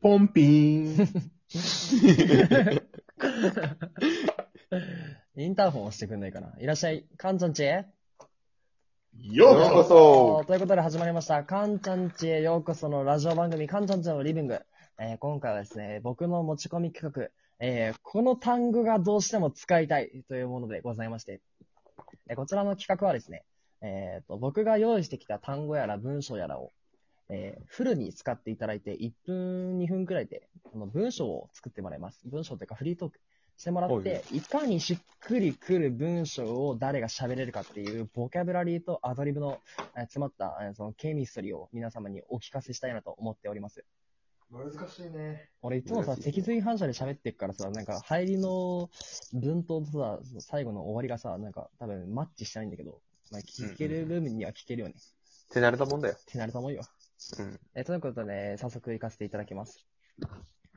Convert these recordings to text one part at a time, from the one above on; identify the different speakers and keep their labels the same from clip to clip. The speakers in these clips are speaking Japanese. Speaker 1: ポンピーン。
Speaker 2: インターホン押してくんないかな。いらっしゃい。かんちゃんちへ
Speaker 1: ようこそ
Speaker 2: ということで始まりました。かんちゃんちへようこそのラジオ番組、かんちゃんちのリビング。えー今回はですね、僕の持ち込み企画、えーこの単語がどうしても使いたいというものでございまして、えーこちらの企画はですね、えーと、僕が用意してきた単語やら文章やらを、えーフルに使っていただいて、1分、2分くらいで、あの文章を作ってもらいます。文章というかフリートークしてもらって、いかにしっくりくる文章を誰が喋れるかっていう、ボキャブラリーとアドリブのえー詰まった、えーそのケミストリーを皆様にお聞かせしたいなと思っております。
Speaker 3: 難しいね。
Speaker 2: 俺いつもさ、
Speaker 1: 難しい
Speaker 2: 脊髄反射で喋ってるからさ、なんか入りの文頭とさ、その最後の終わりがさ、なんか多分マッチしてないんだけど、まあ、聞ける部分には聞けるよね。
Speaker 1: 手慣れたもんだよ。
Speaker 2: ってなると思うよ。
Speaker 1: うん。
Speaker 2: えーということで、ね、早速行かせていただきます。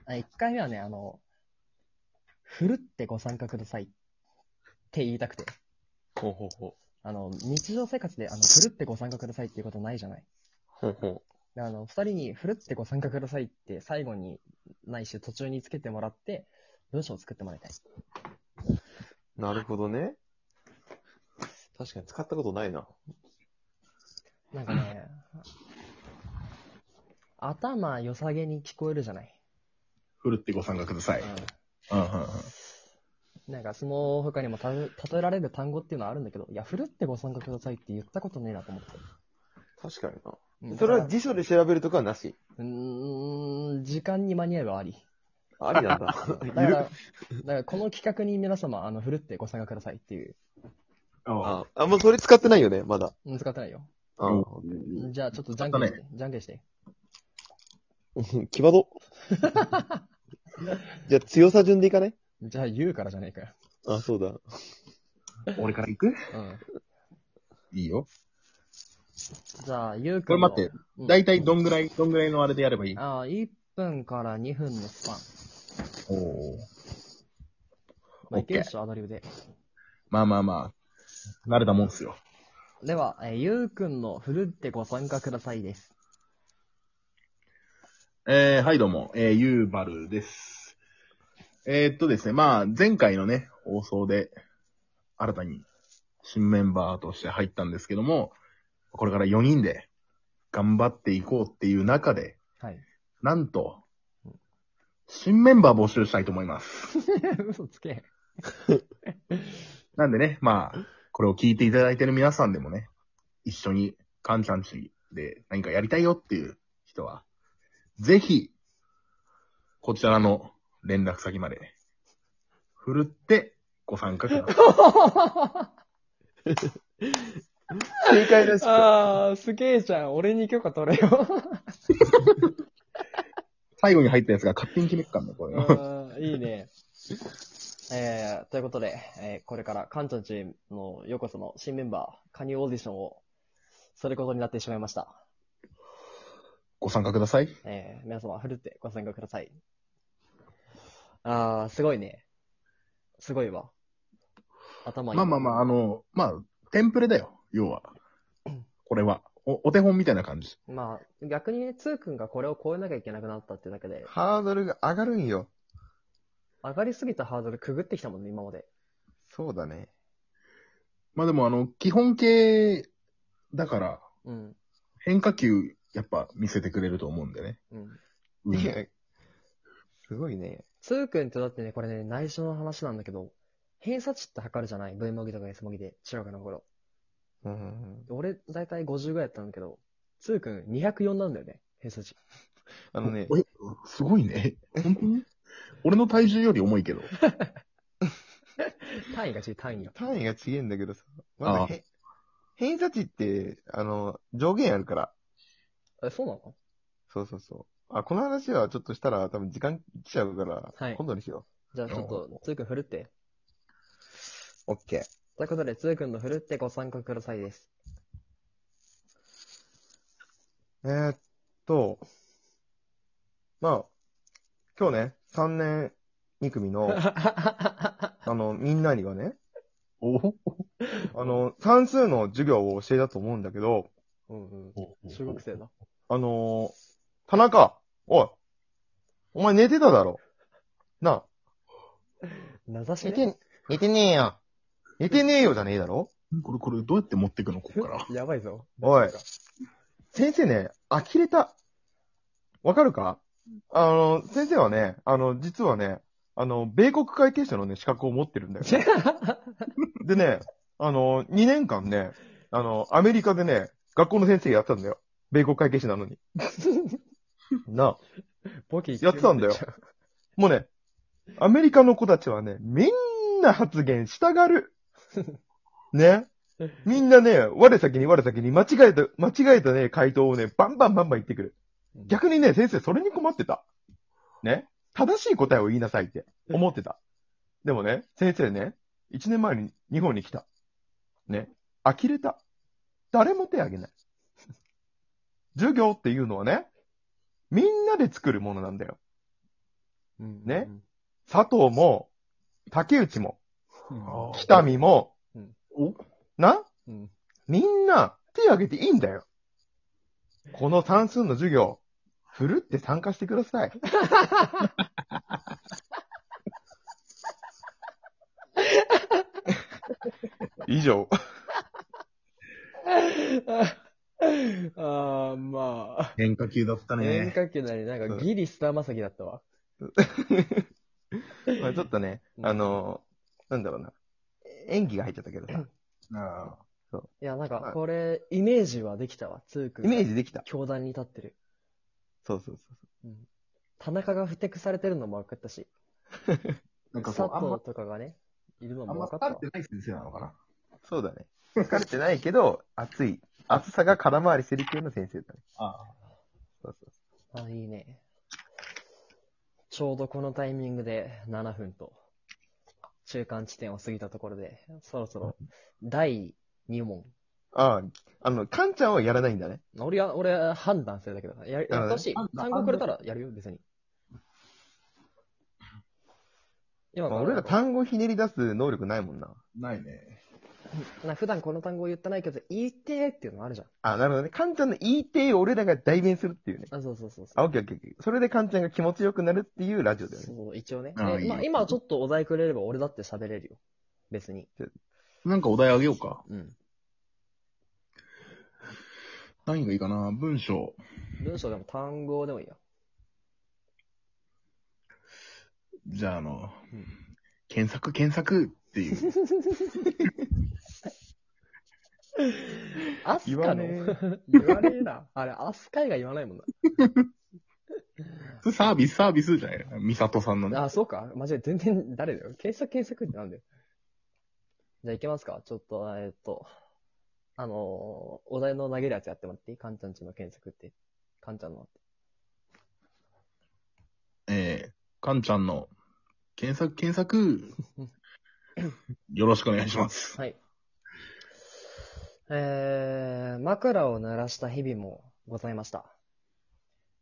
Speaker 2: 1回目はね、あの、ふるってご参加くださいって言いたくて、
Speaker 1: ほうほうほ
Speaker 2: あの、日常生活で、あの、ふるってご参加くださいっていうことないじゃない。
Speaker 1: う。ほうほ
Speaker 2: であの、二人に、ふるってご参加くださいって、最後に、ないし、途中につけてもらって、文章を作ってもらいたい。
Speaker 1: う。なるほどね。確かに使ったことないな。
Speaker 2: なんかね、頭良さげに聞こえるじゃない。
Speaker 3: ふるってご参加ください。うんうんうん。
Speaker 2: なんか、その他にもた、例えられる単語っていうのはあるんだけど、いや、ふるってご参加くださいって言ったことねえなと思って
Speaker 1: 確かにな。
Speaker 2: うん。
Speaker 1: それ
Speaker 2: だ
Speaker 1: は
Speaker 2: から
Speaker 1: 辞書で調べるとかはなし。
Speaker 2: うーん、時間に間に合えばあり。
Speaker 1: ありなんだ。
Speaker 2: だから、だからこの企画に皆様、あの、ふるってご参加くださいっていう、
Speaker 3: あ
Speaker 1: あ、あんまそれ使ってないよね、まだ。
Speaker 2: うん使ってないよ。
Speaker 1: あ
Speaker 3: うん
Speaker 2: じゃあ、ちょっとじゃんけんして、じゃんけんして。
Speaker 1: 気ま ど。じゃあ強さ順でいかね
Speaker 2: じゃあ、言うからじゃねえかよ。
Speaker 1: あ、そうだ。
Speaker 3: 俺から行く
Speaker 2: うん。
Speaker 3: いいよ。
Speaker 2: じゃあ、ゆうく
Speaker 3: これ
Speaker 2: んの。
Speaker 3: 待って、
Speaker 2: うん
Speaker 3: だいたいどんぐらい、どんぐらいのあれでやればいい
Speaker 2: ああ、1分から2分のスパン。
Speaker 3: おお。
Speaker 2: ま
Speaker 3: オッケ
Speaker 2: あ、
Speaker 3: ー
Speaker 2: いけるでしょ、アドリブで。
Speaker 3: まあまあまあ、慣れたもんっすよ。
Speaker 2: では、えーゆうくんのふるってご参加くださいです。
Speaker 3: えー、はいどうも、えー、ゆうばるです。えー、っとですね、まあ、前回のね、放送で、新たに新メンバーとして入ったんですけども、これから4人で頑張っていこうっていう中で、
Speaker 2: はい。
Speaker 3: なんと、新メンバー募集したいと思います。
Speaker 2: 嘘つ け。
Speaker 3: なんでね、まあ、これを聞いていただいてる皆さんでもね、一緒にカンちゃんちで何かやりたいよっていう人は、ぜひ、こちらの連絡先まで、振るってご参加ください。
Speaker 1: 正解です。
Speaker 2: ああ、すげえじゃん。俺に許可取れ よ。
Speaker 3: 最後に入ったやつが勝手に決めっかんね、これ。
Speaker 2: いいね。えー、ということで、えーこれから、カンちゃんチームのようこその新メンバー、加入オーディションを、することになってしまいました。
Speaker 3: ご参加ください。
Speaker 2: えー皆様、ふるってご参加ください。あー、すごいね。すごいわ。頭いい。
Speaker 3: まあまあまあ、あの、まあ、テンプレだよ、要は。これは。お、お手本みたいな感じ。
Speaker 2: あ。まあ、逆にね、つーくんがこれを超えなきゃいけなくなったってだけで、
Speaker 1: ハードルが上がるんよ。
Speaker 2: 上がりすぎたハードルくぐってきたもんね、今まで。
Speaker 1: そうだね。
Speaker 3: まあでも、あの、基本形だから、
Speaker 2: うん。
Speaker 3: 変化球、やっぱ見せてくれると思うんでね。
Speaker 2: うん。
Speaker 3: うん
Speaker 1: いやすごいね。
Speaker 2: つーくんってだってね、これね、内緒の話なんだけど、偏差値って測るじゃない ?V 模擬とか S 模擬で、中学の頃。
Speaker 1: うん。
Speaker 2: 俺、だいたい50ぐらいだったんだけど、つーくん204なんだよね、偏差値。
Speaker 1: あのね、
Speaker 3: え、すごいね。本当に俺の体重より重いけど。
Speaker 2: 単位がち、単位が。
Speaker 1: 単位が違えんだけどさ。まだ
Speaker 3: ああ
Speaker 1: へ偏差値って、あの、上限あるから。
Speaker 2: え、そうなの
Speaker 1: そうそうそう。あ、この話はちょっとしたら多分時間来ちゃうから、
Speaker 2: はい
Speaker 1: 今度にしよ
Speaker 2: じゃあちょっと、つーくん振るって。
Speaker 1: う。オッケー。
Speaker 2: ということで、つーくんの振るってご参加ください です。
Speaker 1: えーっと、まあ、今日ね、3年2組 の、
Speaker 2: は
Speaker 1: あの、みんなにはね、
Speaker 3: お
Speaker 1: あの、算数の授業を教えたと思うんだけど、
Speaker 2: うんうん。中学生だ。
Speaker 1: あの、田中、おい、お前寝てただろ。なあ。
Speaker 2: 名指し
Speaker 1: 寝
Speaker 2: ね
Speaker 1: て、寝てねえよ。寝てねえよじゃねえだろ
Speaker 3: これ、これ、どうやって持ってくのここから。
Speaker 2: やばい ぞ。
Speaker 1: おい。先生ね、呆れた。わかるかあの、先生はね、あの、実はね、あの、米国会計士のね、資格を持ってるんだよ。でね、あの、2年間ね、あの、アメリカでね、学校の先生やってたんだよ。米国会計士なのに。なあ。
Speaker 2: ボケ一球
Speaker 1: やってたんだよ。もうね、アメリカの子たちはね、みんな発言したがる。ね。みんなね、我先に我先に間違えた、間違えたね、回答をね、バンバンバンバン言ってくる。逆にね、先生、それに困ってた。ね。正しい答えを言いなさいって思ってた。でもね、先生ね、一年前に日本に来た。ね。呆れた。誰も手挙げない。 授業っていうのはね、みんなで作るものなんだよ。
Speaker 2: うん
Speaker 1: ね。佐藤も、竹内も、
Speaker 2: うん
Speaker 1: 北見も、
Speaker 3: お
Speaker 1: な
Speaker 2: うん
Speaker 1: みんな手挙げていいんだよ。この算数の授業、ふるって参加してください。以上。
Speaker 2: ああ、まあ。
Speaker 3: 変化球だった
Speaker 2: 変
Speaker 3: ね。
Speaker 2: 化球なり、なんかギリスターまさぎだったわ。
Speaker 1: まあちょっとね、あのなんだろうな。演技が入っちゃったけどさ、
Speaker 3: あ
Speaker 2: いや、なん
Speaker 1: は
Speaker 2: か
Speaker 1: い、
Speaker 2: これ、イメージはできたわ。つーくん。
Speaker 1: イメー
Speaker 2: ジ。
Speaker 1: ジできた。
Speaker 2: 教壇に立ってる。
Speaker 1: そうそうそう。
Speaker 2: 田中がふてくされてるのも分かったし、
Speaker 3: ーなんか
Speaker 2: 佐
Speaker 3: そう、あんま
Speaker 2: 藤、とかがね、いるの
Speaker 3: あん
Speaker 2: も
Speaker 3: ま
Speaker 2: 分かっ
Speaker 3: 疲れ
Speaker 2: たわ
Speaker 3: て。ない先生なのかな。
Speaker 1: そうだね。疲れてないけど、暑い。暑さが空回りしてる系の先生だね。
Speaker 3: ああ。
Speaker 1: そうそう
Speaker 2: あ、いいね。ちょうどこのタイミングで7分と、中間地点を過ぎたところで、そろそろ、第2問。
Speaker 1: ああ、あの、カンちゃんはやらないんだね。
Speaker 2: 俺は、俺は判断するだけだから。や、やってほしい
Speaker 3: うん。
Speaker 2: 単語くれたらやるよ、別に。今
Speaker 1: ま
Speaker 2: から
Speaker 1: あ、俺ら単語ひねり出す能力ないもんな。
Speaker 3: ないね。
Speaker 2: な普段この単語言ってないけど、言いてーっていうのあるじゃん。
Speaker 1: あ、なるほどね。カンちゃんの言いてを俺らが代弁するっていうね。
Speaker 2: あ、そうそうそうそ
Speaker 1: あ、
Speaker 2: う。
Speaker 1: オッケーオッケーオッケー。それでカンちゃんが気持ちよくなるっていうラジオだよね。
Speaker 2: そう、一応ね。
Speaker 3: あ
Speaker 2: え
Speaker 3: いい
Speaker 2: まあ、今ちょっとお題くれれば俺だって喋れるよ。別に。
Speaker 3: なんかお題あげようか。
Speaker 2: うん。
Speaker 3: 何がいいかな文章。
Speaker 2: 文章でも単語でもいいよ。
Speaker 3: じゃあ、あの
Speaker 2: うん、
Speaker 3: 検索、検索っていう。
Speaker 2: アスカの
Speaker 1: 言わ
Speaker 2: 言わねえな。 あれ、アスカイが言わないもん
Speaker 3: それサービス、サービスじゃないミサトさんのね
Speaker 2: な。。あ、そうか間違え、全然誰だよ。検索検索ってなんだよ。じゃあ行けますかちょっと、えーっと、あのーお題の投げるやつやってもらっていいカンちゃんちの検索って。カンちゃんの。
Speaker 3: えー、かんちゃんの、検索、検索。よろしくお願いします。
Speaker 2: はい。えー、枕を濡らした日々もございました。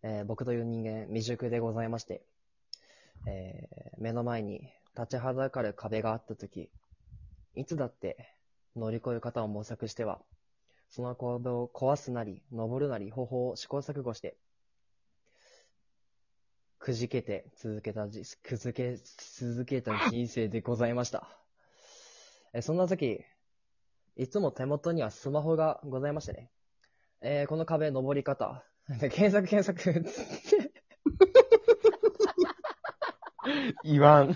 Speaker 2: えー、僕という人間、未熟でございまして、えー、目の前に立ちはだかる壁があったとき、いつだって乗り越え方を模索しては、その壁を壊すなり、登るなり、方法を試行錯誤して、くじけて続けたじ、くずけ、続けた人生でございました。えーそんな時、いつも手元にはスマホがございましてね。えーこの壁登り方。 検索検索 つって。
Speaker 1: 言わん。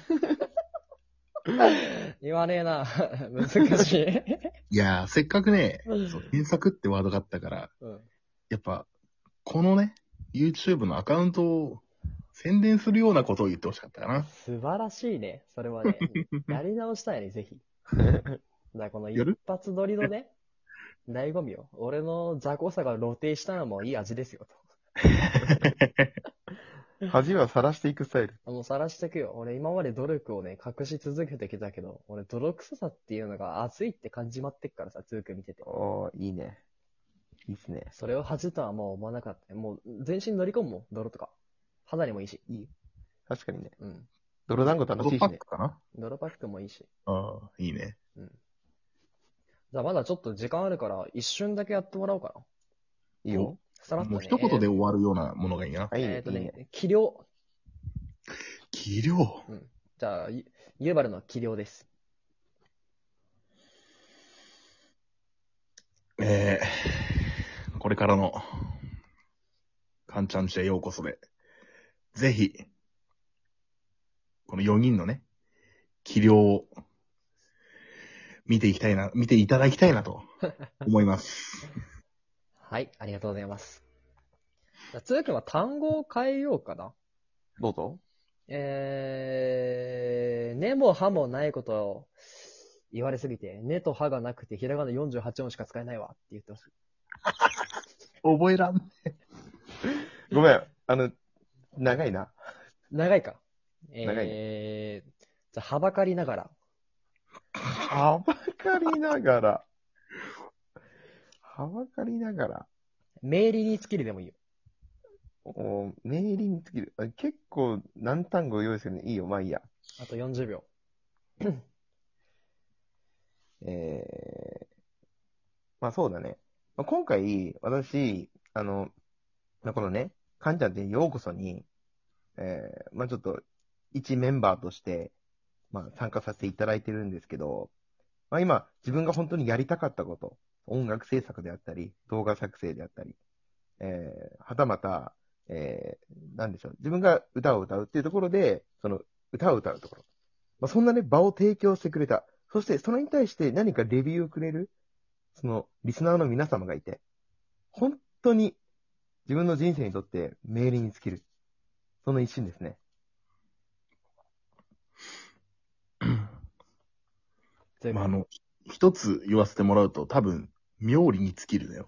Speaker 2: 言わねえな。 難しい。
Speaker 3: いやー、せっかくね、そう検索ってワードがあったから、
Speaker 2: うん
Speaker 3: やっぱ、このね、YouTube のアカウントを宣伝するようなことを言ってほしかったかな。
Speaker 2: 素晴らしいね。それは ね。やり直したいね、ぜひ。だからこの一
Speaker 3: やる
Speaker 2: 発撮りのね、醍醐味を。俺の雑魚さが露呈したのもいい味ですよ、
Speaker 1: 恥はさらしていくスタイル。
Speaker 2: と。もう晒してくよ。俺今まで努力をね、隠し続けてきたけど、俺泥臭さっていうのが熱いって感じまってっからさ、ツーク見てて。
Speaker 1: おー、いいね。いいっすね。
Speaker 2: それを恥とはもう思わなかった。もう全身乗り込むもん、泥とか。肌にもいいし。
Speaker 1: 確かにね。
Speaker 2: うん。
Speaker 1: 泥団子楽し
Speaker 3: ロ
Speaker 1: い
Speaker 3: パ
Speaker 1: し
Speaker 3: ッ
Speaker 1: ね
Speaker 3: ク。かな
Speaker 2: 泥パックもいいし。
Speaker 3: ああ、いいね。
Speaker 2: じゃあまだちょっと時間あるから、一瞬だけやってもらおうかな。
Speaker 1: いいよ。
Speaker 2: さらっと、ね。
Speaker 3: もう一言で終わるようなものがいいな。
Speaker 1: あ、いい
Speaker 2: えーえ
Speaker 1: ね
Speaker 2: ー。と
Speaker 1: いいね。
Speaker 2: ね、気量。
Speaker 3: 器量。
Speaker 2: じゃあ、ゆユーバルの器量です。
Speaker 3: えー、これからの、カンちゃんちへようこそで、ぜひ、この4人のね、器量を、見ていきたいな、見ていただきたいなと、思います。
Speaker 2: はい、ありがとうございます。じゃあ、つーくんは単語を変えようかな。
Speaker 1: どうぞ。
Speaker 2: えー、根も葉もないことを言われすぎて、根と葉がなくて、ひらがな48音しか使えないわって言ってほしい。
Speaker 3: 覚えらん。
Speaker 1: ごめん、あの、長いな。
Speaker 2: 長いか。えー、
Speaker 1: 長い
Speaker 2: じゃあ、はばかりながら。
Speaker 1: はばかりながら。はばかりながら。
Speaker 2: メーリに尽きるでもいいよ。
Speaker 1: おメーリン尽きる。あ結構何単語用意するね。いいよ、まあいいや。
Speaker 2: あと40秒。
Speaker 1: えー、まあそうだね。まあ、今回、私、あの、まあ、このね、かんちゃんってようこそに、えー、まあちょっと、一メンバーとして、まあ参加させていただいてるんですけど、まあ今、自分が本当にやりたかったこと、音楽制作であったり、動画作成であったり、えー、はたまた、えー、なんでしょう、自分が歌を歌うっていうところで、その、歌を歌うところ。まあそんなね、場を提供してくれた、そして、それに対して何かレビューをくれる、その、リスナーの皆様がいて、本当に、自分の人生にとって、メールに尽きる。その一心ですね。
Speaker 2: つーくん
Speaker 3: まあ、あの、一つ言わせてもらうと、多分、妙理に尽きるだよ。